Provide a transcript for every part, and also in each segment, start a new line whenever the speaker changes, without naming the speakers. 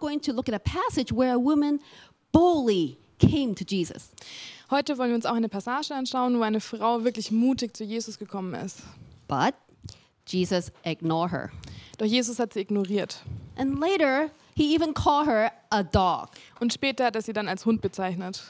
going to look at a passage where a woman boldly came to Jesus.
Heute wollen wir uns auch eine Passage anschauen, wo eine Frau wirklich mutig zu Jesus gekommen ist.
But Jesus ignored her.
Doch Jesus hat sie ignoriert.
And later, he even called her a dog.
Und später hat er sie dann als Hund bezeichnet.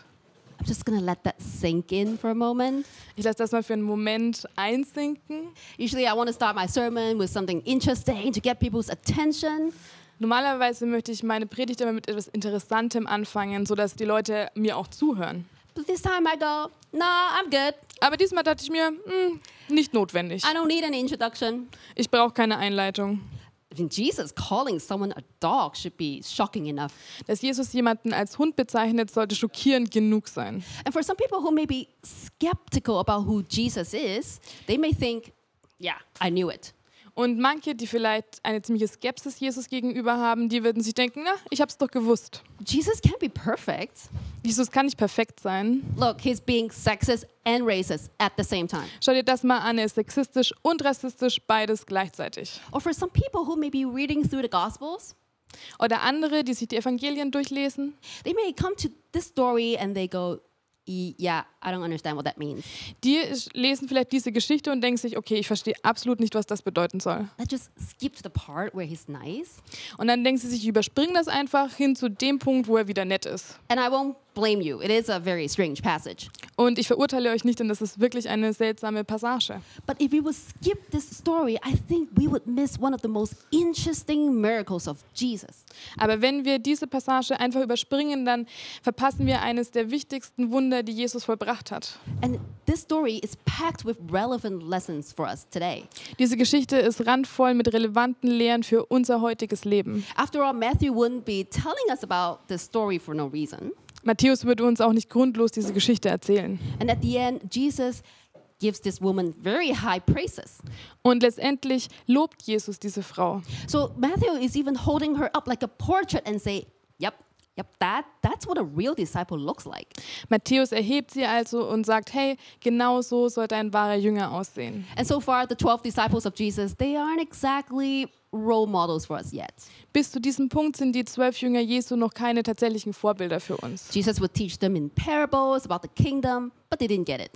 I'm just going to let that sink in for a moment.
Ich lasse das mal für einen Moment einsinken.
Usually, I want to start my sermon with something interesting to get people's attention.
Normalerweise möchte ich meine Predigt immer mit etwas Interessantem anfangen, sodass die Leute mir auch zuhören.
But this time, I go, nah, I'm good.
Aber diesmal dachte ich mir, hm, nicht notwendig.
I don't need an introduction.
Ich brauche keine Einleitung.
I mean, Jesus calling someone a dog should be shocking enough.
Dass Jesus jemanden als Hund bezeichnet, sollte schockierend genug sein.
And for some people who may be skeptical about who Jesus is, they may think, yeah, I knew it.
Und manche, die vielleicht eine ziemliche Skepsis Jesus gegenüber haben, die würden sich denken, na, ich hab's doch gewusst.
Jesus can't be perfect.
Jesus kann nicht perfekt sein.
Look, he's being sexist and racist at the same time.
Schau dir das mal an, er ist sexistisch und rassistisch, beides gleichzeitig.
Or for some people who may be reading through the Gospels,
Oder andere, die sich die Evangelien durchlesen,
they may come to this story and they go, "E- yeah, I don't understand what that means.
die isch- lesen vielleicht diese Geschichte und denken sich, okay, ich verstehe absolut nicht, was das bedeuten soll.
Let's just skip to the part where he's nice.
Und dann denken sie sich, ich überspringe das einfach hin zu dem Punkt, wo er wieder nett ist.
And I won't blame you. It is a very strange passage.
Und ich verurteile euch nicht, denn das ist wirklich eine seltsame Passage.
But if we would skip this story, I think we would miss one of the most interesting miracles of Jesus.
Aber wenn wir diese Passage einfach überspringen, dann verpassen wir eines der wichtigsten Wunder, die Jesus vollbracht hat.
And this story is packed with relevant lessons for us today.
Diese Geschichte ist randvoll mit relevanten Lehren für unser heutiges Leben.
After all, Matthew wouldn't be telling us about this story for no reason.
Matthäus würde uns auch nicht grundlos diese Geschichte erzählen.
And at the end, Jesus gives this woman very high praises.
Und letztendlich lobt Jesus diese Frau.
So Matthew is even holding her up like a portrait and say, "Yep, yep, that that's what a real disciple looks like."
Matthäus erhebt sie also und sagt, hey, genau so sollte ein wahrer Jünger aussehen.
And so far, the 12 disciples of Jesus, they aren't exactly role models for us yet.
Bis zu diesem Punkt sind die zwölf Jünger Jesu noch keine tatsächlichen Vorbilder für uns.
Jesus would teach them in parables about the kingdom, but they didn't get it.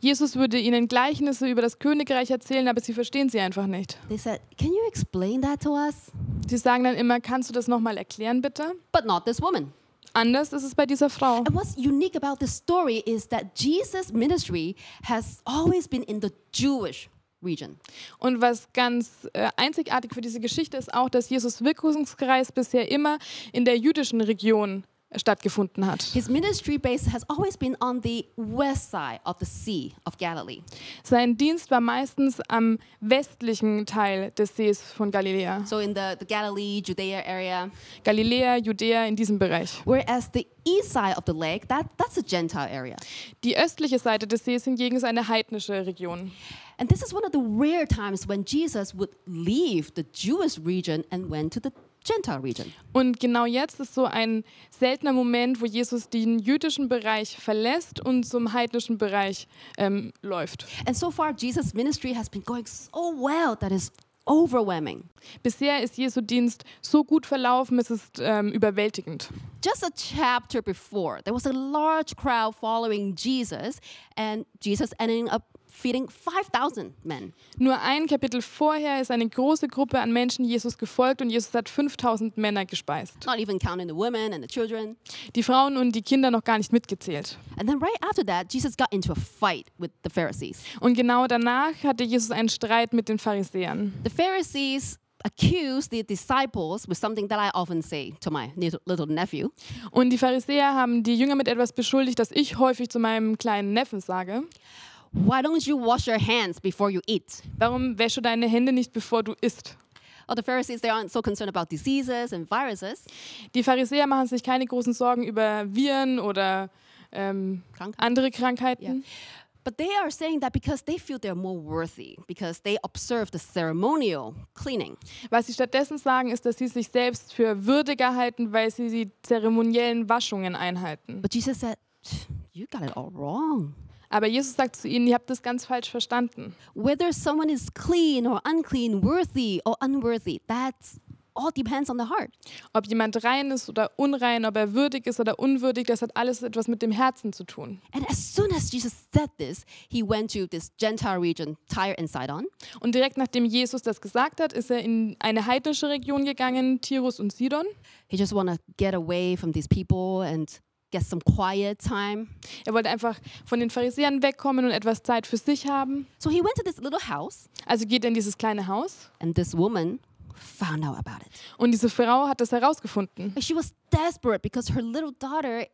Jesus würde ihnen Gleichnisse über das Königreich erzählen, aber sie verstehen sie einfach nicht.
They said, Can you explain that to us?
Sie sagen dann immer, kannst du das nochmal erklären bitte?
But not this woman.
Anders ist es bei dieser Frau.
And what's unique about this story is that Jesus' ministry has always been in the Jewish region.
Und was ganz äh, einzigartig für diese Geschichte ist auch, dass Jesus Wirkungskreis bisher immer in der jüdischen Region stattgefunden hat.
His ministry base has always been on the west side of the Sea of Galilee.
Sein Dienst war meistens am westlichen Teil des Sees von Galiläa.
So in the, the Galilee, Judea area.
Galiläa, Judäa in diesem Bereich.
Whereas the east side of the lake, that, that's a Gentile area.
Die östliche Seite des Sees hingegen ist eine heidnische Region.
And this is one of the rare times when Jesus would leave the Jewish region and went to the Gentile region.
Und genau jetzt ist so ein seltener Moment, wo Jesus den jüdischen Bereich verlässt und zum heidnischen Bereich ähm, läuft.
And so far, Jesus' ministry has been going so well that it's overwhelming.
Bisher ist Jesu Dienst so gut verlaufen, es ist ähm, überwältigend.
Just a chapter before, there was a large crowd following Jesus, and Jesus ended up feeding 5,000 men.
Nur ein Kapitel vorher ist eine große Gruppe an Menschen Jesus gefolgt und Jesus hat 5000 Männer gespeist.
Not even counting the women and the children.
Die Frauen und die Kinder noch gar nicht mitgezählt.
And then right after that, Jesus got into a fight with the Pharisees.
Und genau danach hatte Jesus einen Streit mit den Pharisäern.
The Pharisees accused the disciples with something that I often say to my little little nephew.
Und die Pharisäer haben die Jünger mit etwas beschuldigt, das ich häufig zu meinem kleinen Neffen sage.
Why don't you wash your hands before you eat?
Warum wäsche deine Hände nicht, bevor du isst?
Oh, the Pharisees, they aren't so concerned about diseases and viruses.
Die Pharisäer machen sich keine großen Sorgen über Viren oder ähm,
Krankheit.
andere Krankheiten.
But they are saying that because they feel they're more worthy, because they observe the ceremonial cleaning.
Was sie stattdessen sagen, ist, dass sie sich selbst für würdiger halten, weil sie die zeremoniellen Waschungen einhalten.
But Jesus said, "Pff, You got it all wrong.
Aber Jesus sagt zu ihnen, ihr habt das ganz falsch verstanden.
Whether someone is clean or unclean, worthy or unworthy, that's all depends on the heart.
Ob jemand rein ist oder unrein, ob er würdig ist oder unwürdig, das hat alles etwas mit dem Herzen zu tun.
And as soon as Jesus said this, he went to this Gentile region, Tyre and Sidon.
Und direkt nachdem Jesus das gesagt hat, ist er in eine heidnische Region gegangen, Tirus und Sidon.
He just want to get away from these people and get some quiet time.
Er wollte einfach von den Pharisäern wegkommen und etwas Zeit für sich haben.
So he went to this little house,
Also geht er in dieses kleine Haus
and this woman found out about it.
und diese Frau hat das herausgefunden.
And she was desperate because her little daughter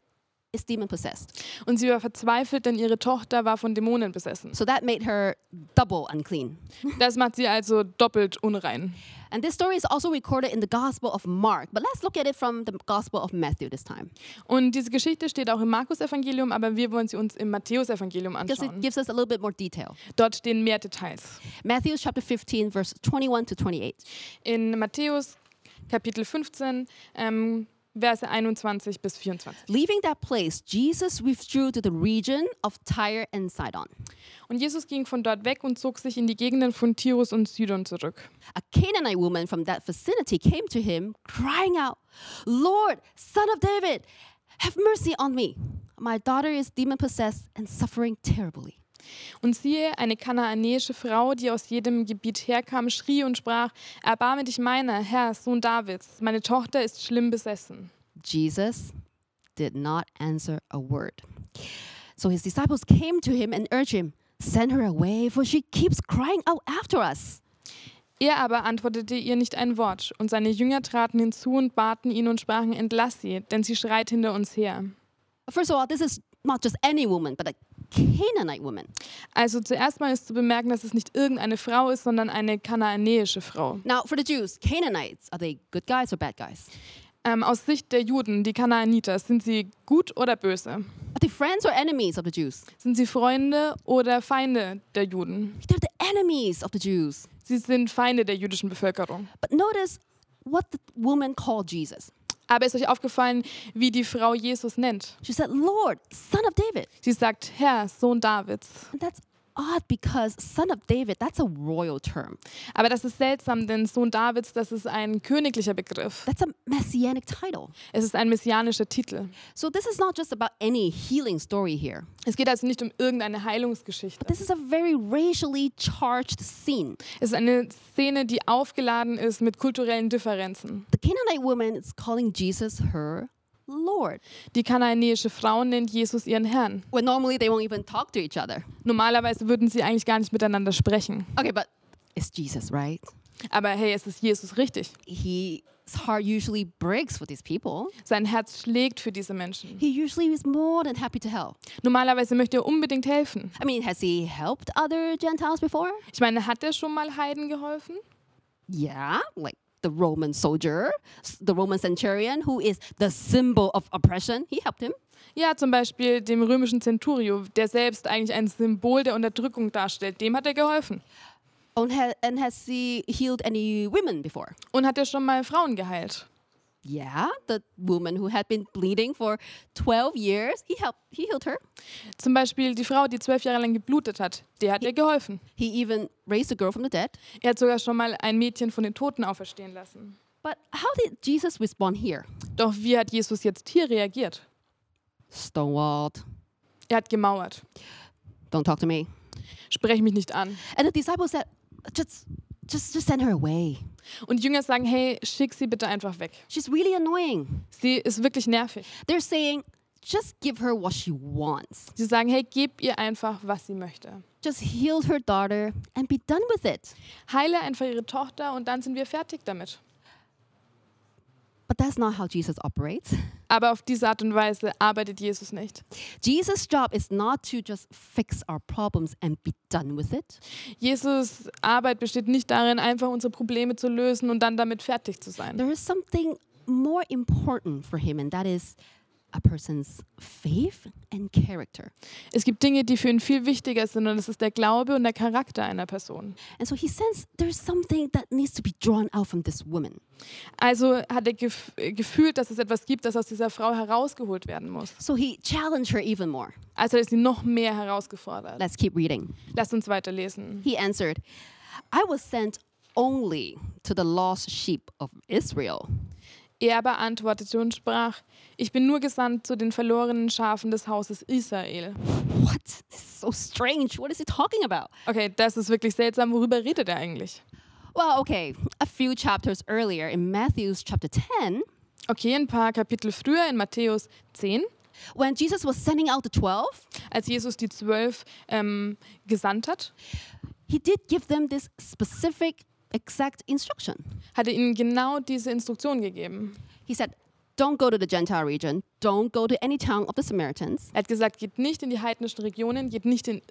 is demon possessed.
Und sie war verzweifelt, denn ihre Tochter war von Dämonen besessen.
So that made her double unclean.
Das macht sie also doppelt unrein.
And this story is also recorded in the Gospel of Mark, but let's look at it from the Gospel of Matthew this time
Und diese Geschichte steht auch im Markus-Evangelium, aber wir wollen sie uns im Matthäus-Evangelium
because it
anschauen.
gives us a little bit more detail.
Dort stehen mehr Details.
Matthew chapter 15, verse 21 to 28.
In Matthäus Kapitel 15, ähm, Verse 21 bis 24.
Leaving that place, Jesus withdrew to the region of Tyre and Sidon.
Und Jesus ging von dort weg und zog sich in die Gegenden von Tirus und Sidon zurück.
A Canaanite woman from that vicinity came to him, crying out, Lord, son of David, have mercy on me. My daughter is demon possessed and suffering terribly.
Und siehe, eine kanaanäische Frau, die aus jedem Gebiet herkam, schrie und sprach: Erbarme dich meiner, Herr, Sohn Davids, meine Tochter ist schlimm besessen.
Jesus did not answer a word. So his disciples came to him and urged him, Send her away, for she keeps crying out after us.
Er aber antwortete ihr nicht ein Wort, und seine Jünger traten hinzu und baten ihn und sprachen: Entlass sie, denn sie schreit hinter uns her.
First of all, this is not just any woman, but a Canaanite woman.
Also zuerst mal ist zu bemerken, dass es nicht irgendeine Frau ist, sondern eine kanaanäische Frau.
Now, for the Jews, Canaanites, are they good guys or bad guys?
Ähm, aus Sicht der Juden, die Kanaaniter, sind sie gut oder böse?
Are they friends or enemies of the Jews?
Sind sie Freunde oder Feinde der Juden?
They're the enemies of the Jews.
Sie sind Feinde der jüdischen Bevölkerung.
But notice what the woman called Jesus.
Aber ist euch aufgefallen, wie die Frau Jesus nennt?
She said, Lord, son of David.
Sie sagt Herr, Sohn Davids.
And that's odd because son of David, that's a royal term.
Aber das ist seltsam, denn Sohn Davids, das ist ein königlicher Begriff.
That's a messianic title.
Es ist ein messianischer Titel.
So this is not just about any healing story here.
Es geht also nicht um irgendeine Heilungsgeschichte.
This is a very racially charged scene.
Es ist eine Szene, die aufgeladen ist mit kulturellen Differenzen.
The Canaanite woman is calling Jesus her Lord,
Die kanaanäische Frau nennt Jesus ihren Herrn.
when normally they won't even talk to each other.
Normalerweise würden sie eigentlich gar nicht miteinander sprechen.
Okay, but it's Jesus, right?
Aber hey, es ist Jesus richtig.
His heart usually breaks for these people.
Sein Herz schlägt für diese Menschen.
He usually is more than happy to help.
Normalerweise möchte er unbedingt helfen.
I mean, has he helped other Gentiles before?
Ich meine, hat er schon mal Heiden geholfen?
Yeah, like the Roman soldier, s- the Roman centurion, who is the symbol of oppression. He helped him.
Ja, zum Beispiel dem römischen Centurio, der selbst eigentlich ein Symbol der Unterdrückung darstellt. Dem hat er geholfen.
And, ha- and has he healed any women before?
Und hat er schon mal Frauen geheilt.
Yeah, the woman who had been bleeding for 12 years, he helped. He healed her.
Zum Beispiel die Frau, die zwölf Jahre lang geblutet hat. Der hat ihr geholfen.
He even raised a girl from the dead.
Er hat sogar schon mal ein Mädchen von den Toten auferstehen lassen.
But how did Jesus respond here?
Doch wie hat Jesus jetzt hier reagiert?
Stonewalled.
Er hat gemauert.
Don't talk to me.
Sprech mich nicht an.
And the disciples said, just, just, just send her away.
Und die Jünger sagen, hey, schick sie bitte einfach weg.
She's really annoying.
Sie ist wirklich nervig.
They're saying, just give her what she wants.
Sie sagen, hey, gib ihr einfach, was sie möchte.
Just heal her daughter and be done with it.
Heile einfach ihre Tochter und dann sind wir fertig damit.
But that's not how Jesus operates.
Aber auf diese Art und Weise arbeitet Jesus nicht.
Jesus' job is not to just fix our problems and be done with it.
Jesus Arbeit besteht nicht darin, einfach unsere Probleme zu lösen und dann damit fertig zu sein.
There is something more important for him, and that is a person's faith and character.
Es gibt Dinge, die für ihn viel wichtiger sind und das ist der Glaube und der Charakter einer Person.
And so he senses there's something that needs to be drawn out from this woman.
Also hat er gef äh, gefühlt, dass es etwas gibt, das aus dieser Frau herausgeholt werden muss.
So he challenged her even more.
Also hat er sie noch mehr herausgefordert.
Let's keep reading.
Lasst uns weiterlesen.
He answered, I was sent only to the lost sheep of Israel.
Er beantwortete und sprach, ich bin nur gesandt zu den verlorenen Schafen des Hauses Israel.
What? This is so strange. What is he talking about?
Okay, das ist wirklich seltsam. Worüber redet er eigentlich?
Well, okay, a few chapters earlier in Matthew's chapter 10,
Okay, ein paar Kapitel früher in Matthäus 10,
when Jesus was sending out the 12,
als Jesus die Zwölf ähm, gesandt hat,
he did give them this specific, exact instruction.
hat er ihnen genau diese Instruktion gegeben.
He said, Don't go to the Gentile region, don't go to any town of the Samaritans,
Er hat gesagt, geht nicht in die heidnischen Regionen, geht nicht in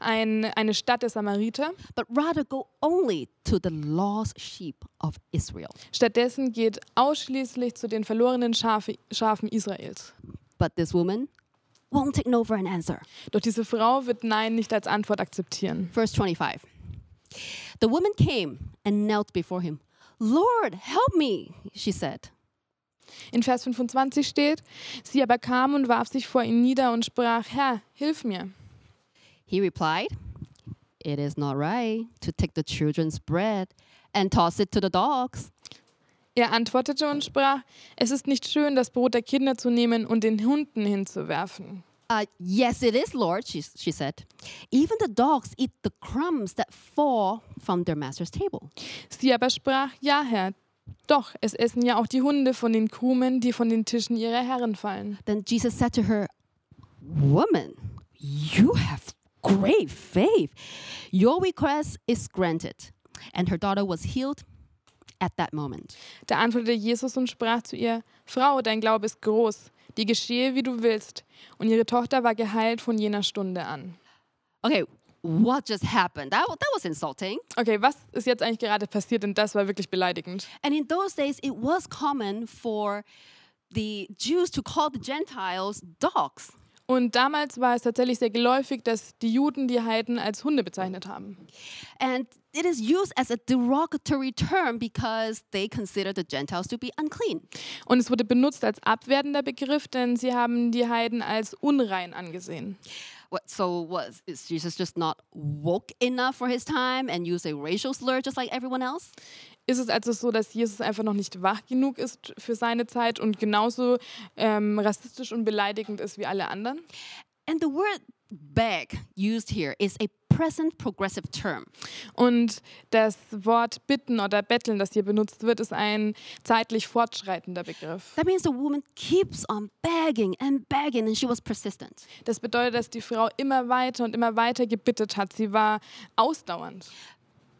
irgendeine Stadt der Samariter.
but rather go only to the lost sheep of Israel.
Stattdessen geht ausschließlich zu den verlorenen Schafe, Schafen Israels.
But this woman won't take no for an answer.
Doch diese Frau wird Nein nicht als Antwort akzeptieren.
Verse 25. The woman came and knelt before him. Lord, help me, she said.
In Vers 25 steht, sie aber kam und warf sich vor ihn nieder und sprach, Herr, hilf mir.
He replied, It is not right to take the children's bread and toss it to the dogs.
Er antwortete und sprach, es ist nicht schön, das Brot der Kinder zu nehmen und den Hunden hinzuwerfen.
Uh, yes, it is, Lord, she, she said. Even the dogs eat the crumbs that fall from their master's table.
Sie aber sprach, ja Herr, doch, es essen ja auch die Hunde von den Krumen, die von den Tischen ihrer Herren fallen.
Then Jesus said to her, Woman, you have great faith. Your request is granted. And her daughter was healed at that moment.
Da antwortete Jesus und sprach zu ihr, Frau, dein Glaube ist groß, die geschehe, wie du willst. Und ihre Tochter war geheilt von jener Stunde an.
Okay, what just happened? That, wa- that was insulting.
Okay, was ist jetzt eigentlich gerade passiert? Denn das war wirklich beleidigend.
And in those days, it was common for the Jews to call the Gentiles dogs.
Und damals war es tatsächlich sehr geläufig, dass die Juden die Heiden als Hunde bezeichnet haben.
And it is used as a derogatory term because they consider the Gentiles to be unclean.
Und es wurde benutzt als abwertender Begriff, denn sie haben die Heiden als unrein angesehen.
What, so was is Jesus just not woke enough for his time and use a racial slur just like everyone else?
Ist es also so, dass Jesus einfach noch nicht wach genug ist für seine Zeit und genauso ähm, rassistisch und beleidigend ist wie alle anderen?
And the word beg used here is a present progressive term.
Und das Wort bitten oder betteln, das hier benutzt wird, ist ein zeitlich fortschreitender Begriff.
That means the woman keeps on begging and begging and she was persistent.
Das bedeutet, dass die Frau immer weiter und immer weiter gebittet hat. Sie war ausdauernd.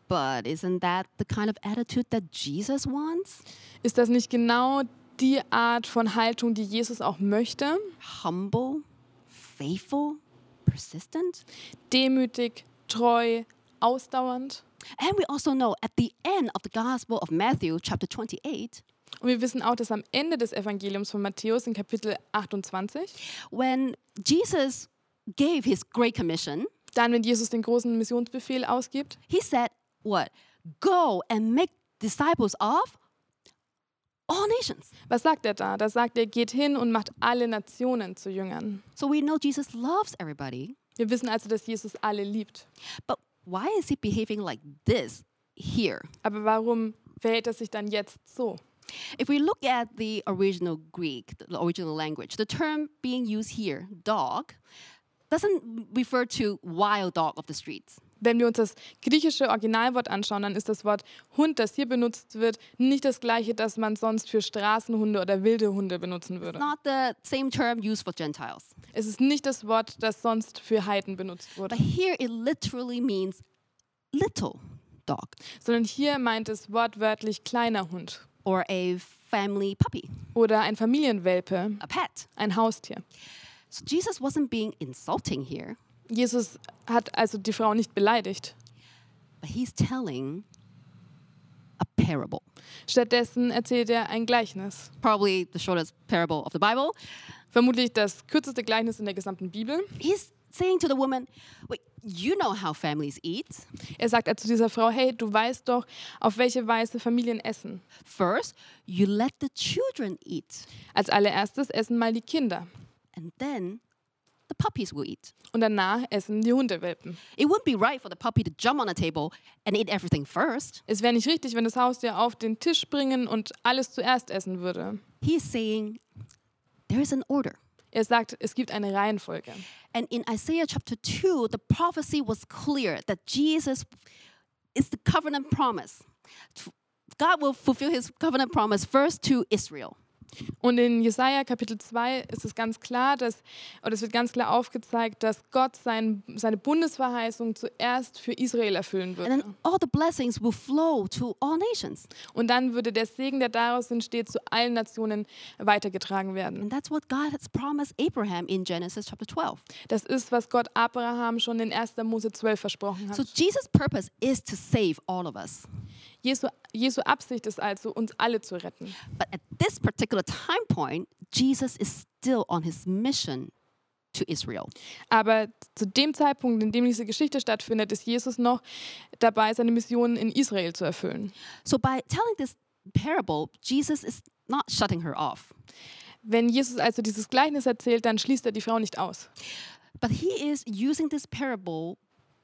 But isn't that the kind of attitude that Jesus wants?
Ist das nicht genau die Art von Haltung, die Jesus auch möchte?
Humble, faithful, persistent?
demütig, treu, ausdauernd.
And we also know at the end of the Gospel of Matthew, chapter 28,
Und wir wissen auch, dass am Ende des Evangeliums von Matthäus in Kapitel 28,
when Jesus gave his great commission,
dann, wenn Jesus den großen Missionsbefehl ausgibt,
he said, What? Go and make disciples of all nations.
was sagt er da? Da sagt er, geht hin und macht alle Nationen zu Jüngern.
So we know Jesus loves everybody,
Wir wissen also, dass Jesus alle liebt.
but why is he behaving like this here?
Aber warum verhält er sich dann jetzt so?
If we look at the original Greek, the original language, the term being used here, dog, doesn't refer to wild dog of the streets.
Wenn wir uns das griechische Originalwort anschauen, dann ist das Wort Hund, das hier benutzt wird, nicht das gleiche, das man sonst für Straßenhunde oder wilde Hunde benutzen würde.
Not the same term used for Gentiles.
Es ist nicht das Wort, das sonst für Heiden benutzt wurde,
But here it literally means little dog
sondern hier meint es wortwörtlich kleiner Hund
or a family puppy,
oder ein Familienwelpe,
a pet.
ein Haustier.
So Jesus wasn't being insulting here,
Jesus hat also die Frau nicht beleidigt.
but he's telling a parable.
Stattdessen erzählt er ein Gleichnis.
Probably the shortest parable of the Bible.
Vermutlich das kürzeste Gleichnis in der gesamten Bibel.
He's saying to the woman, Wait, you know how families eat.
Er sagt also dieser Frau, hey, du weißt doch, auf welche Weise Familien essen.
First, you let the children eat,
Als allererstes essen mal die Kinder
and then the puppies will eat.
Und danach essen die Hundewelpen.
It wouldn't be right for the puppy to jump on a table and eat everything first.
Es wäre nicht richtig, wenn das Haustier auf den Tisch springen und alles zuerst essen würde.
He's saying there is an order.
Er sagt, es gibt eine Reihenfolge.
And in Isaiah chapter 2, the prophecy was clear that Jesus is the covenant promise. God will fulfill his covenant promise first to Israel.
Und in Jesaja Kapitel 2 ist es ganz klar, dass, oder es wird ganz klar aufgezeigt, dass Gott sein, seine Bundesverheißung zuerst für Israel erfüllen
And
würde.
then all the blessings will flow to all nations.
Und dann würde der Segen, der daraus entsteht, zu allen Nationen weitergetragen werden.
And that's what God has promised Abraham in Genesis chapter 12.
Das ist, was Gott Abraham schon in 1. Mose 12 versprochen
So
hat.
Jesus' purpose is to save all of us.
Jesu, Jesu Absicht ist also, uns alle zu retten.
But at this particular time point, Jesus is still on his mission to Israel.
Aber zu dem Zeitpunkt, in dem diese Geschichte stattfindet, ist Jesus noch dabei, seine Mission in Israel zu erfüllen.
So by telling this parable, Jesus is not shutting her off,
Wenn Jesus also dieses Gleichnis erzählt, dann schließt er die Frau nicht aus.
but he is using this parable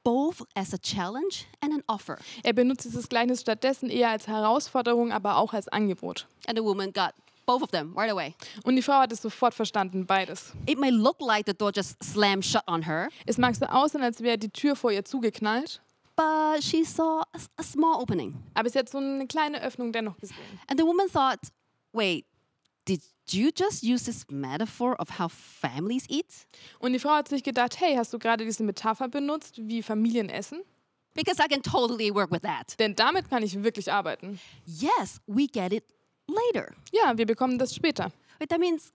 both as a challenge and an offer.
Er benutzt dieses Gleichnis stattdessen eher als Herausforderung, aber auch als Angebot.
And the woman got both of them right away.
Und die Frau hat es sofort verstanden, beides.
It may look like the door just slammed shut on her,
Es mag so aussehen, als wäre die Tür vor ihr zugeknallt,
but she saw a, s- a small opening.
aber sie hat so eine kleine Öffnung dennoch gesehen.
And the woman thought, wait, did you just use this metaphor of how families eat?
Und die Frau hat sich gedacht, hey, hast du gerade diese Metapher benutzt, wie Familien essen?
Because I can totally work with that.
Denn damit kann ich wirklich arbeiten.
Yes, we get it later.
Ja, wir bekommen das später.
But that means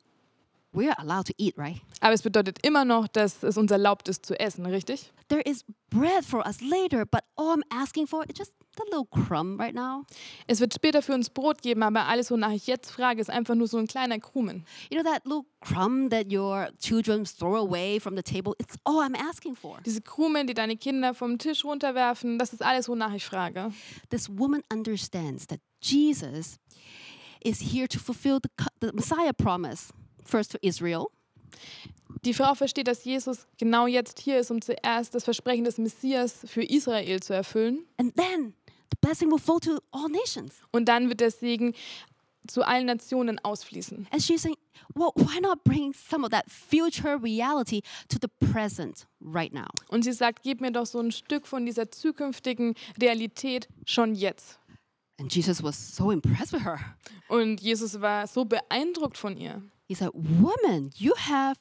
we're allowed to eat, right?
Aber es bedeutet immer noch, dass es uns erlaubt ist zu essen, richtig?
There is bread for us later, but all I'm asking for is just that little crumb right now.
Es wird später für uns Brot geben, aber alles, wonach ich jetzt frage, ist einfach nur so ein kleiner Krumen.
You know that little crumb that your children throw away from the table? It's all I'm asking for.
Diese Krumen, die deine Kinder vom Tisch runterwerfen, das ist alles, wonach ich frage.
This woman understands that Jesus is here to fulfill the, co- the Messiah promise, first to Israel,
Die Frau versteht, dass Jesus genau jetzt hier ist, um zuerst das Versprechen des Messias für Israel zu erfüllen.
and then the blessing will flow to all nations.
Und dann wird der Segen zu allen Nationen ausfließen.
And she's saying, well, why not bring some of that future reality to the present right now?
Und sie sagt, gib mir doch so ein Stück von dieser zukünftigen Realität schon jetzt.
And Jesus was so impressed with her.
Und Jesus war so beeindruckt von ihr.
He said, Woman, you have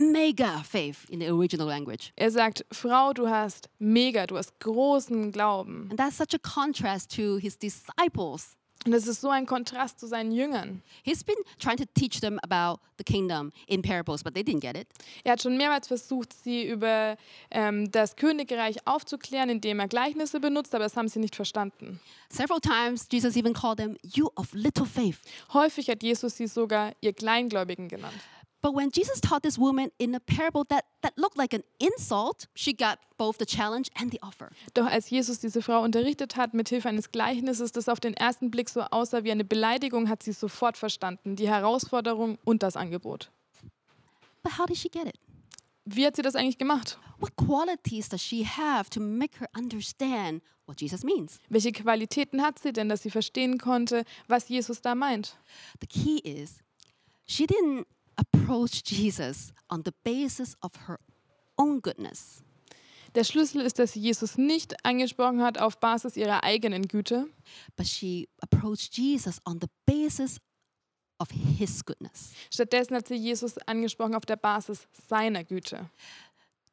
mega faith in the original language.
Er sagt, Frau, du hast mega, du hast großen Glauben.
And that's such a contrast to his disciples.
Und das ist so ein Kontrast zu seinen Jüngern.
He's been trying to teach them about the kingdom in parables, but they didn't get it.
Er hat schon mehrmals versucht, sie über ähm, das Königreich aufzuklären, indem er Gleichnisse benutzt, aber das haben sie nicht verstanden.
Several times, Jesus even called them, You of little faith.
Häufig hat Jesus sie sogar ihr Kleingläubigen genannt.
But when Jesus taught this woman in a parable that, that looked like an insult, she got both the challenge and the offer.
Doch als Jesus diese Frau unterrichtet hat, mithilfe eines Gleichnisses, das auf den ersten Blick so aussah wie eine Beleidigung, hat sie sofort verstanden, die Herausforderung und das Angebot.
But how did she get it?
Wie hat sie das eigentlich gemacht?
What qualities does she have to make her understand what Jesus means?
Welche Qualitäten hat sie denn, dass sie verstehen konnte, was Jesus da meint?
The key is she didn't approach Jesus on the basis of her own goodness.
Der Schlüssel ist, dass sie Jesus nicht angesprochen hat auf Basis ihrer eigenen Güte,
but she approached Jesus on the basis of his goodness.
Stattdessen hat sie Jesus angesprochen auf der Basis seiner Güte.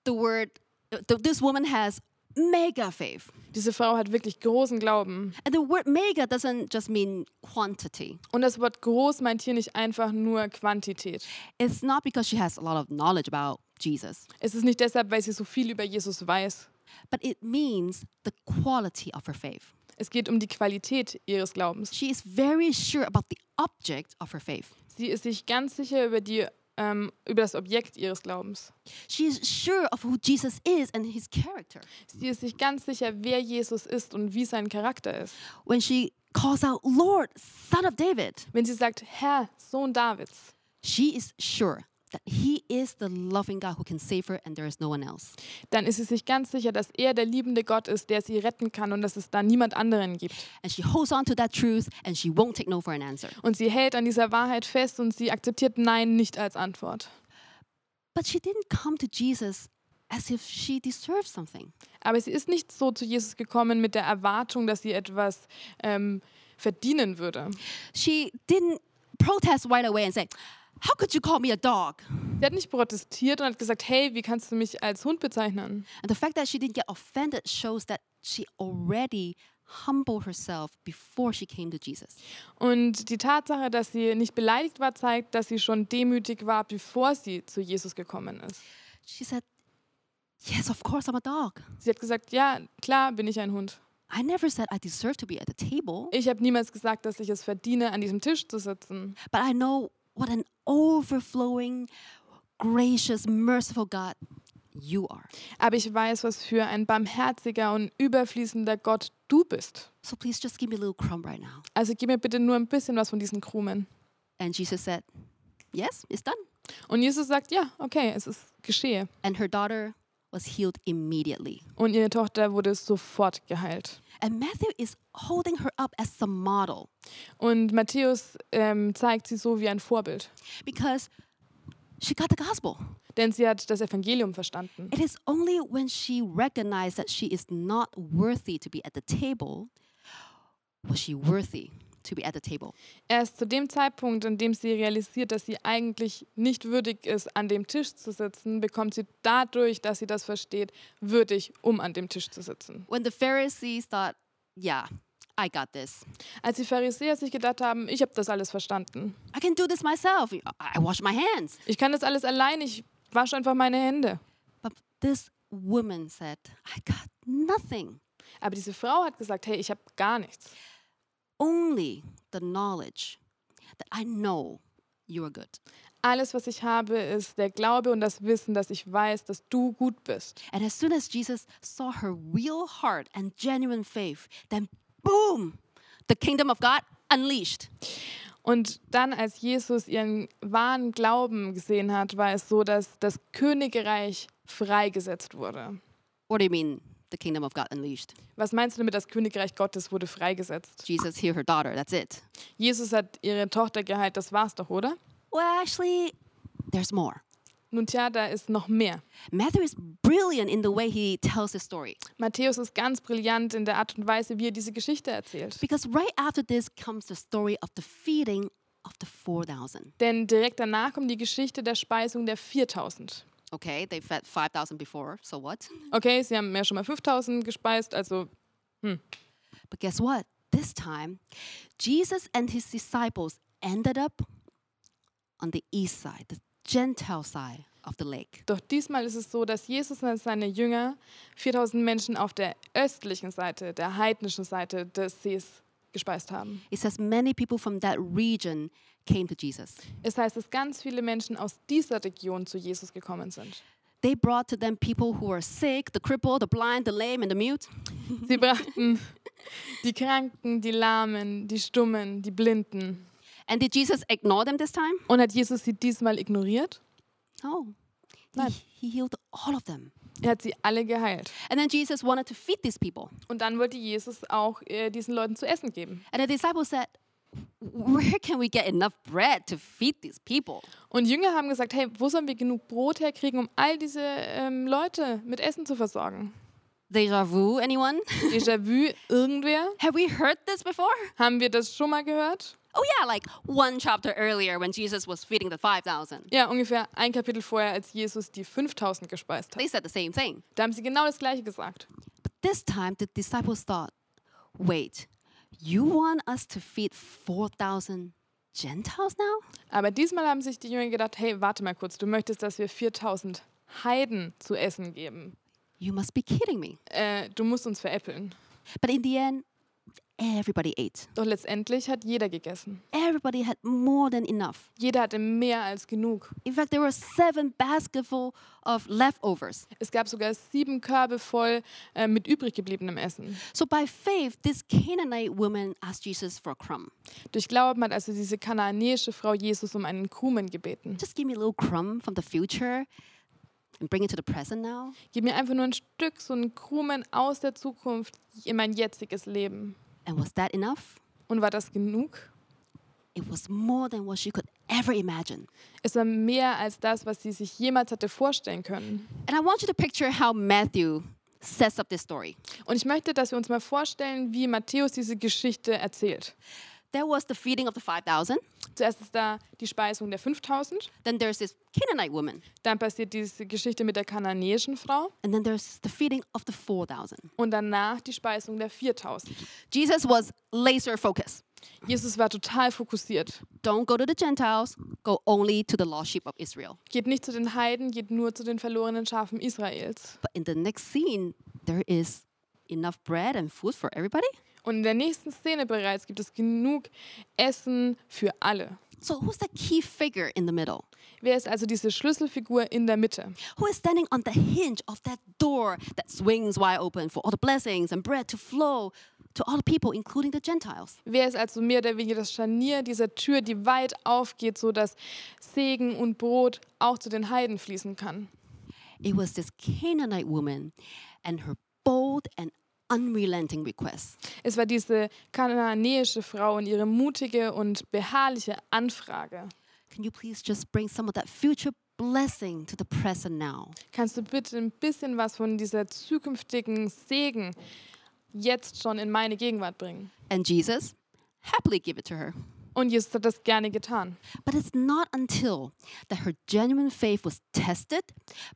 The word, th- this woman has mega faith.
Diese Frau hat wirklich großen Glauben.
And the word mega doesn't just mean quantity.
Und das Wort groß meint hier nicht einfach nur Quantität.
It's not because she has a lot of knowledge about Jesus,
Es ist nicht deshalb, weil sie so viel über Jesus weiß.
but it means the quality of her faith.
Es geht um die Qualität ihres Glaubens.
She is very sure about the object of her faith.
Sie ist sich ganz sicher über, die, ähm, über das Objekt ihres Glaubens.
She is sure of who Jesus is and his character.
Sie ist sich ganz sicher, wer Jesus ist und wie sein Charakter ist.
When she calls out, Lord, son of David,
Wenn sie sagt, Herr, Sohn Davids,
she is sure that He is the loving God who can save her and there is no one else.
Dann ist sie sich ganz sicher, dass er der liebende Gott ist, der sie retten kann und dass es da niemand anderen gibt.
And she holds on to that truth and she won't take no for an answer.
Und sie hält an dieser Wahrheit fest und sie akzeptiert Nein nicht als Antwort.
But she didn't come to Jesus as if she deserved something.
Aber sie ist nicht so zu Jesus gekommen mit der Erwartung, dass sie etwas ähm, verdienen würde.
She didn't protest right away and say, How could you call me a dog?
Sie hat nicht protestiert und hat gesagt, hey, wie kannst du mich als Hund bezeichnen?
And the fact that she didn't get offended shows that she already humbled herself before she came to Jesus.
Und die Tatsache, dass sie nicht beleidigt war, zeigt, dass sie schon demütig war, bevor sie zu Jesus gekommen ist.
She said, Yes, of course, I'm a dog.
Sie hat gesagt, ja, klar bin ich ein Hund.
I never said I deserve to be at the table,
Ich habe niemals gesagt, dass ich es verdiene, an diesem Tisch zu sitzen.
but I know what an overflowing, gracious, merciful God you are.
Aber ich weiß, was für ein barmherziger und überfließender Gott du bist.
So please just give me a little crumb right now.
Also gib mir bitte nur ein bisschen was von diesen Krumen.
And Jesus said, Yes, it's done.
Und Jesus sagt, ja, okay, es ist geschehe.
And her daughter was healed immediately.
Und ihre Tochter wurde sofort geheilt.
And Matthew is holding her up as the model
Und Matthäus ähm, zeigt sie so wie ein Vorbild,
because she got the gospel.
denn sie hat das Evangelium verstanden.
It is only when she recognized that she is not worthy to be at the table was she worthy to be at the table.
Erst zu dem Zeitpunkt, an dem sie realisiert, dass sie eigentlich nicht würdig ist, an dem Tisch zu sitzen, bekommt sie dadurch, dass sie das versteht, würdig, um an dem Tisch zu sitzen.
When the Pharisees thought, yeah, I got this.
Als die Pharisäer sich gedacht haben, ich habe das alles verstanden.
I can do this myself. I I wash my hands.
Ich kann das alles allein, ich wasche einfach meine Hände.
But this woman said, I got nothing.
Aber diese Frau hat gesagt, hey, ich habe gar nichts.
Only the knowledge that I know you are good.
Alles, was ich habe, ist der Glaube und das Wissen, dass ich weiß, dass du gut bist.
And as soon as Jesus saw her real heart and genuine faith, then boom, the kingdom of God unleashed.
Und dann, als Jesus ihren wahren Glauben gesehen hat, war es so, dass das Königreich freigesetzt wurde.
What do you mean, the kingdom of God unleashed?
Was meinst du damit, das Königreich Gottes wurde freigesetzt?
Jesus healed her daughter, that's it.
Jesus hat ihre Tochter geheilt, das war's doch, oder?
Well, actually, there's more.
Nun tja, da ist noch mehr.
Matthew is brilliant in the way he tells his story
Matthäus ist ganz brillant in der Art und Weise, wie er diese Geschichte erzählt.
because right after this comes the story of the feeding of the 4,000.
Denn direkt danach kommt die Geschichte der Speisung der 4000.
Okay, they fed 5,000 before, so what?
Okay, sie haben ja schon mal 5000 gespeist, also
But guess what? This time, Jesus and his disciples ended up on the east side, the Gentile side of the lake.
Doch diesmal ist es so, dass Jesus und seine Jünger 4000 Menschen auf der östlichen Seite, der heidnischen Seite des Sees gespeist haben.
It says many people from that region came to Jesus.
Es heißt, dass ganz viele Menschen aus dieser Region zu Jesus gekommen sind.
They brought to them people who were sick, the crippled, the blind, the lame, and the mute.
Sie brachten die Kranken, die Lahmen, die Stummen, die Blinden.
And did Jesus ignore them this time?
Und hat Jesus sie diesmal ignoriert?
No.
No.
He, he healed all of them.
Er hat sie alle geheilt.
And then Jesus wanted to feed these people.
Und dann wollte Jesus auch äh, diesen Leuten zu essen geben.
And the disciples said, Where can we get enough bread to feed these people?
Und Jünger haben gesagt, hey, wo sollen wir genug Brot herkriegen, um all diese ähm, Leute mit Essen zu versorgen?
Deja vu, anyone?
Déjà-vu irgendwer?
Have we heard this before?
Haben wir das schon mal gehört?
Oh yeah, like one chapter earlier when Jesus was feeding the 5,000.
Ja, ungefähr ein Kapitel vorher, als Jesus die 5000 gespeist hat.
They said the same thing.
Da haben sie genau das Gleiche gesagt.
But this time the disciples thought, wait, you want us to feed 4,000 Gentiles now?
Aber diesmal haben sich die Jünger gedacht, hey, warte mal kurz, du möchtest, dass wir 4000 Heiden zu essen geben.
You must be kidding me.
Äh, du musst uns veräppeln.
But in the end, Everybody ate.
Doch letztendlich hat jeder gegessen.
Everybody had more than enough.
Jeder hatte mehr als genug.
In fact, there were seven basketful of leftovers.
Es gab sogar sieben Körbe voll äh, mit übrig gebliebenem Essen.
So by faith, this Canaanite woman asked Jesus for a crumb.
Durch Glauben hat also diese kanaanäische Frau Jesus um einen Krumen gebeten.
Just give me a little crumb from the future and bring it to the present now.
Gib mir einfach nur ein Stück, so einen Krumen aus der Zukunft in mein jetziges Leben.
And was that enough?
Und war das genug?
It was more than what she could ever imagine.
Es war mehr als das, was sie sich jemals hatte vorstellen können.
And I want you to picture how Matthew sets up this story.
Und ich möchte, dass wir uns mal vorstellen, wie Matthäus diese Geschichte erzählt.
There was the feeding of the 5,000.
Zuerst ist da die Speisung der 5000,
Then there's this Canaanite woman.
dann passiert diese Geschichte mit der kanaanäischen Frau
And then there's the feeding of the 4,000.
und danach die Speisung der 4000.
Jesus was laser focused.
Jesus war total fokussiert.
Don't go to the Gentiles, go only to the lost sheep of Israel.
Geht nicht zu den Heiden, geht nur zu den verlorenen Schafen Israels.
But in the next scene, there is enough bread and food for everybody.
Und in der nächsten Szene bereits gibt es genug Essen für alle.
So who's the key figure in the middle?
Wer ist also diese Schlüsselfigur in der Mitte?
Who is standing on the hinge of that door that swings wide open for all the blessings and bread to flow to all the people, including the Gentiles?
Wer ist also mehr oder weniger das Scharnier dieser Tür, die weit aufgeht, so dass Segen und Brot auch zu den Heiden fließen kann?
It was this Canaanite woman and her bold and unrelenting request.
Es war diese kanaanäische Frau und ihre mutige und beharrliche Anfrage.
Can you please just bring some of that future blessing to the present now?
Kannst du bitte ein bisschen was von dieser zukünftigen Segen jetzt schon in meine Gegenwart bringen?
And Jesus happily gave it to her.
Und Jesus hat das gerne getan.
But it's not until that her genuine faith was tested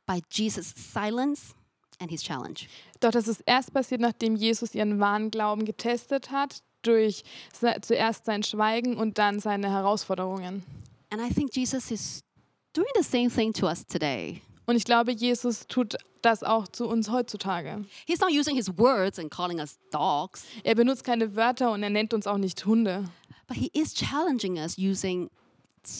by Jesus' silence and his challenge.
Doch das ist erst passiert, nachdem Jesus ihren wahren Glauben getestet hat, durch se- zuerst sein Schweigen und dann seine Herausforderungen.
And I think Jesus is doing the same thing to us today.
Und ich glaube, Jesus tut das auch zu uns heutzutage.
He's not using his words and calling us dogs,
Er benutzt keine Wörter und er nennt uns auch nicht Hunde.
but he is challenging us using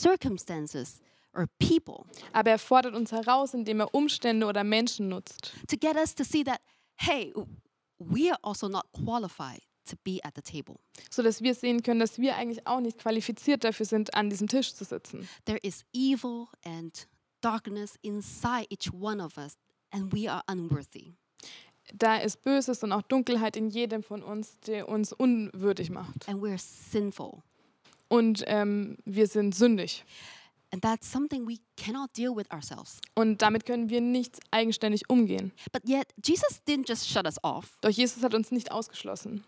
circumstances or people
Aber er fordert uns heraus, indem er Umstände oder Menschen nutzt,
to get us to see that, hey, we are also not qualified to be at the table.
sodass wir sehen können, dass wir eigentlich auch nicht qualifiziert dafür sind, an diesem Tisch zu sitzen.
There is evil and darkness inside each one of us, and we are unworthy.
Da ist Böses und auch Dunkelheit in jedem von uns, der uns unwürdig macht.
and we're sinful.
Und ähm, wir sind sündig.
And that's something we cannot deal with ourselves.
Und damit können wir nicht eigenständig umgehen.
But yet, Jesus didn't just shut us off.
Doch Jesus hat uns nicht ausgeschlossen.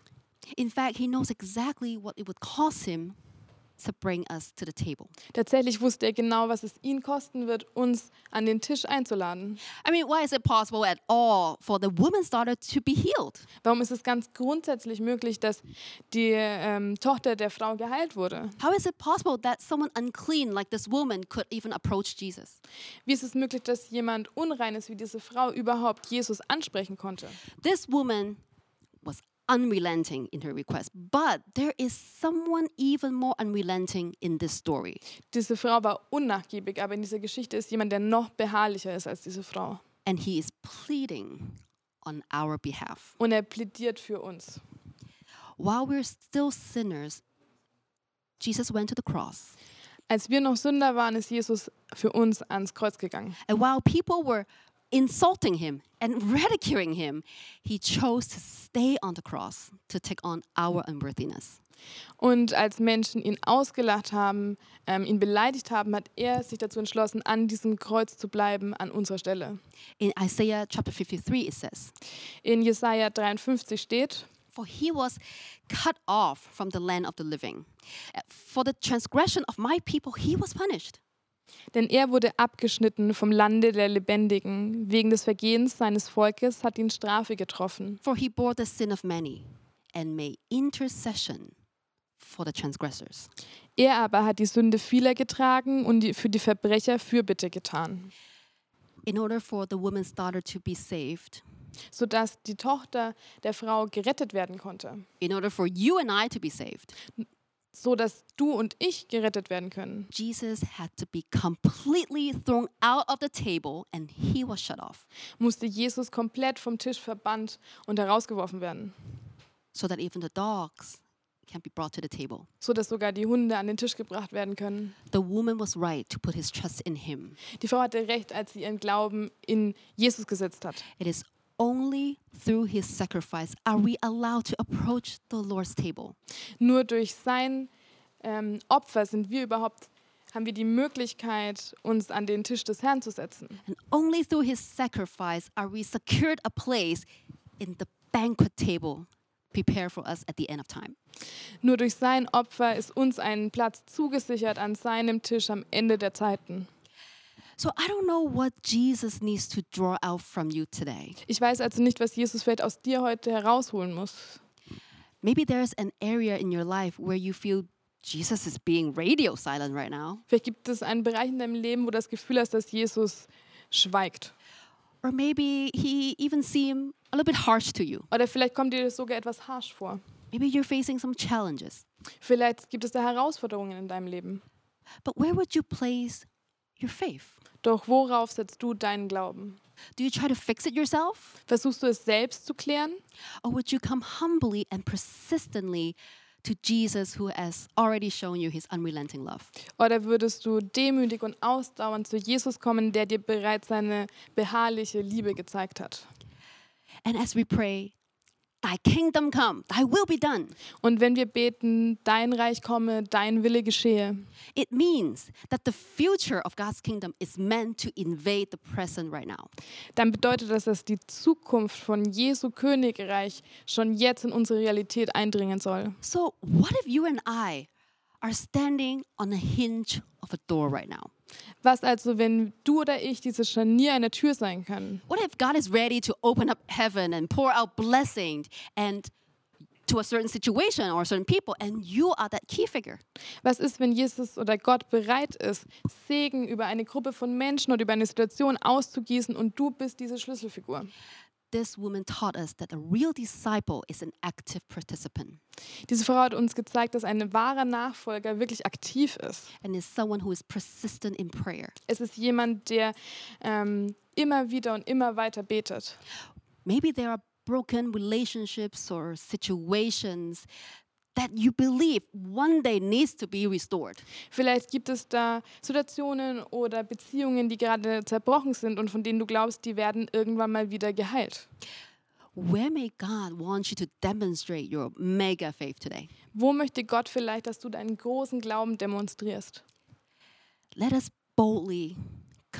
In fact, he knows exactly what it would cost him to bring us to the table.
Tatsächlich wusste er genau, was es ihn kosten wird, uns an den Tisch einzuladen.
I mean, why is it possible at all for the woman's daughter to be healed?
Warum ist es ganz grundsätzlich möglich, dass die ähm, Tochter der Frau geheilt wurde?
How is it possible that someone unclean like this woman could even approach Jesus?
Wie ist es möglich, dass jemand Unreines wie diese Frau überhaupt Jesus ansprechen konnte?
This woman was unrelenting in her request, but there is someone even more unrelenting in this story.
Diese Frau war unnachgiebig, aber in dieser Geschichte ist jemand, der noch beharrlicher ist als diese Frau.
and he is pleading on our behalf.
Und er plädiert für uns.
While we're still sinners, Jesus went to the cross.
Als wir noch Sünder waren, ist Jesus für uns ans Kreuz gegangen.
And while people were insulting him and ridiculing him, he chose to stay on the cross to take on our unworthiness.
Und als Menschen ihn ausgelacht haben, ähm, ihn beleidigt haben, hat er sich dazu entschlossen, an diesem Kreuz zu bleiben, an unserer Stelle.
In Isaiah chapter 53, it says,
In Jesaja 53 steht,
For he was cut off from the land of the living. For the transgression of my people, he was punished.
Denn er wurde abgeschnitten vom Lande der Lebendigen. Wegen des Vergehens seines Volkes hat ihn Strafe getroffen.
For he bore the sin of many and made intercession for the transgressors.
Er aber hat die Sünde vieler getragen und die, für die Verbrecher Fürbitte getan.
In order for the woman's daughter to be saved,
sodass die Tochter der Frau gerettet werden konnte,
in order for you and I to be saved.
sodass du und ich gerettet werden können.
Jesus had to be completely thrown out of the table and he was shut off
Musste Jesus komplett vom Tisch verbannt und herausgeworfen werden,
so that even the dogs can be brought to the table.
sodass sogar die Hunde an den Tisch gebracht werden können.
The woman was right to put his trust in him.
Die Frau hatte recht, als sie ihren Glauben in Jesus gesetzt hat.
It is only through his sacrifice are we allowed to approach the Lord's table.
Nur durch sein ähm, Opfer sind wir überhaupt haben wir die Möglichkeit, uns an den Tisch des Herrn zu setzen.
And only through his sacrifice are we secured a place in the banquet table prepared for us at the end of time.
Nur durch sein Opfer ist uns ein Platz zugesichert an seinem Tisch am Ende der Zeiten.
So I don't know what Jesus needs to draw out from you today.
Ich weiß also nicht, was Jesus vielleicht aus dir heute herausholen muss.
Maybe there's an area in your life where you feel Jesus is being radio silent right now.
Vielleicht gibt es einen Bereich in deinem Leben, wo du das Gefühl hast, dass Jesus schweigt.
Or maybe he even seemed a little bit harsh to you.
Oder vielleicht kommt dir das sogar etwas harsch vor.
Maybe you're facing some challenges.
Vielleicht gibt es da Herausforderungen in deinem Leben.
But where would you place your faith?
Doch worauf setzt du deinen Glauben?
Do you try to fix it yourself?
Versuchst du es selbst zu klären?
Or would you come humbly and persistently to Jesus who has already shown you his unrelenting love?
Oder würdest du demütig und ausdauernd zu Jesus kommen, der dir bereits seine beharrliche Liebe gezeigt hat?
And as we pray, Thy kingdom come, Thy will be done.
Und wenn wir beten, dein Reich komme, dein Wille geschehe,
It means that the future of God's kingdom is meant to invade the present right now.
dann bedeutet das, dass die Zukunft von Jesu Königreich schon jetzt in unsere Realität eindringen soll.
So, what if you and I are standing on a hinge of a door right now?
Was also, wenn du oder ich dieses Scharnier einer Tür sein können?
What if God is ready to open up heaven and pour out blessings and to a certain situation or certain people, and you are that key figure?
Was ist, wenn Jesus oder Gott bereit ist, Segen über eine Gruppe von Menschen oder über eine Situation auszugießen und du bist diese Schlüsselfigur?
This woman taught us that a real disciple is an active participant
Diese Frau hat uns gezeigt, dass ein wahrer Nachfolger wirklich aktiv ist.
and is someone who is persistent in prayer.
Es ist jemand, der ähm, immer wieder und immer weiter betet.
Maybe there are broken relationships or situations that you believe one day needs to be restored.
Vielleicht gibt es da Situationen oder Beziehungen, die gerade zerbrochen sind und von denen du glaubst, die werden irgendwann mal wieder geheilt.
Where may God want you to demonstrate your mega faith today?
Wo möchte Gott vielleicht, dass du deinen großen Glauben demonstrierst?
Let us boldly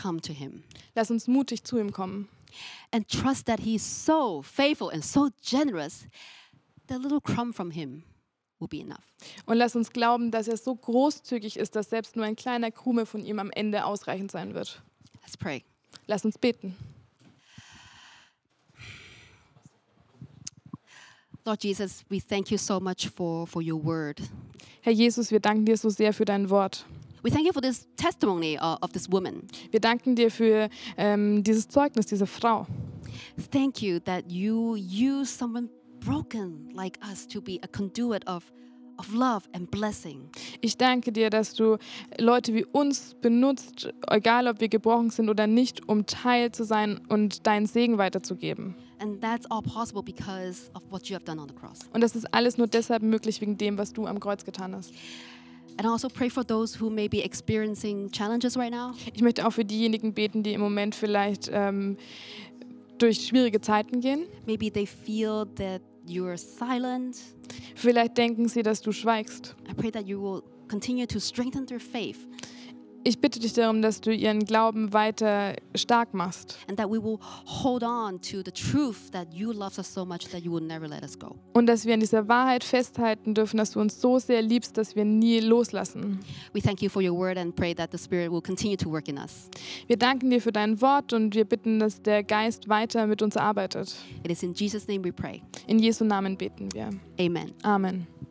come to Him
Lass uns mutig zu ihm kommen
and trust that He is so faithful and so generous that a little crumb from Him will be enough.
und lass uns glauben, dass er so großzügig ist, dass selbst nur ein kleiner Krume von ihm am Ende ausreichend sein wird.
Let's pray.
Lass uns beten.
Lord Jesus, we thank you so much for, for your word.
Herr Jesus, wir danken dir so sehr für dein Wort.
We thank you for this testimony uh, of this woman.
Wir danken dir für ähm, dieses Zeugnis, diese Frau.
Thank you that you use someone broken like us to be a conduit of, of love and blessing.
Ich danke dir, dass du Leute wie uns benutzt, egal ob wir gebrochen sind oder nicht, um Teil zu sein und deinen Segen weiterzugeben.
And that's all possible because of what you have done on the cross.
Und das ist alles nur deshalb möglich wegen dem, was du am Kreuz getan hast.
And I also pray for those who may be experiencing challenges right now.
Ich möchte auch für diejenigen beten, die im Moment vielleicht ähm, durch schwierige Zeiten gehen.
Maybe they feel that you're silent.
Vielleicht denken sie, dass du schweigst.
I pray that you will continue to strengthen their faith
Ich bitte dich darum, dass du ihren Glauben weiter stark machst.
and that we will hold on to the truth that you love us so much that you will never let us go.
Und dass wir an dieser Wahrheit festhalten dürfen, dass du uns so sehr liebst, dass wir nie loslassen.
We thank you for your word and pray that the Spirit will continue to work in us.
Wir danken dir für dein Wort und wir bitten, dass der Geist weiter mit uns arbeitet.
It is in Jesus' name we pray.
In Jesu Namen beten wir.
Amen.
Amen.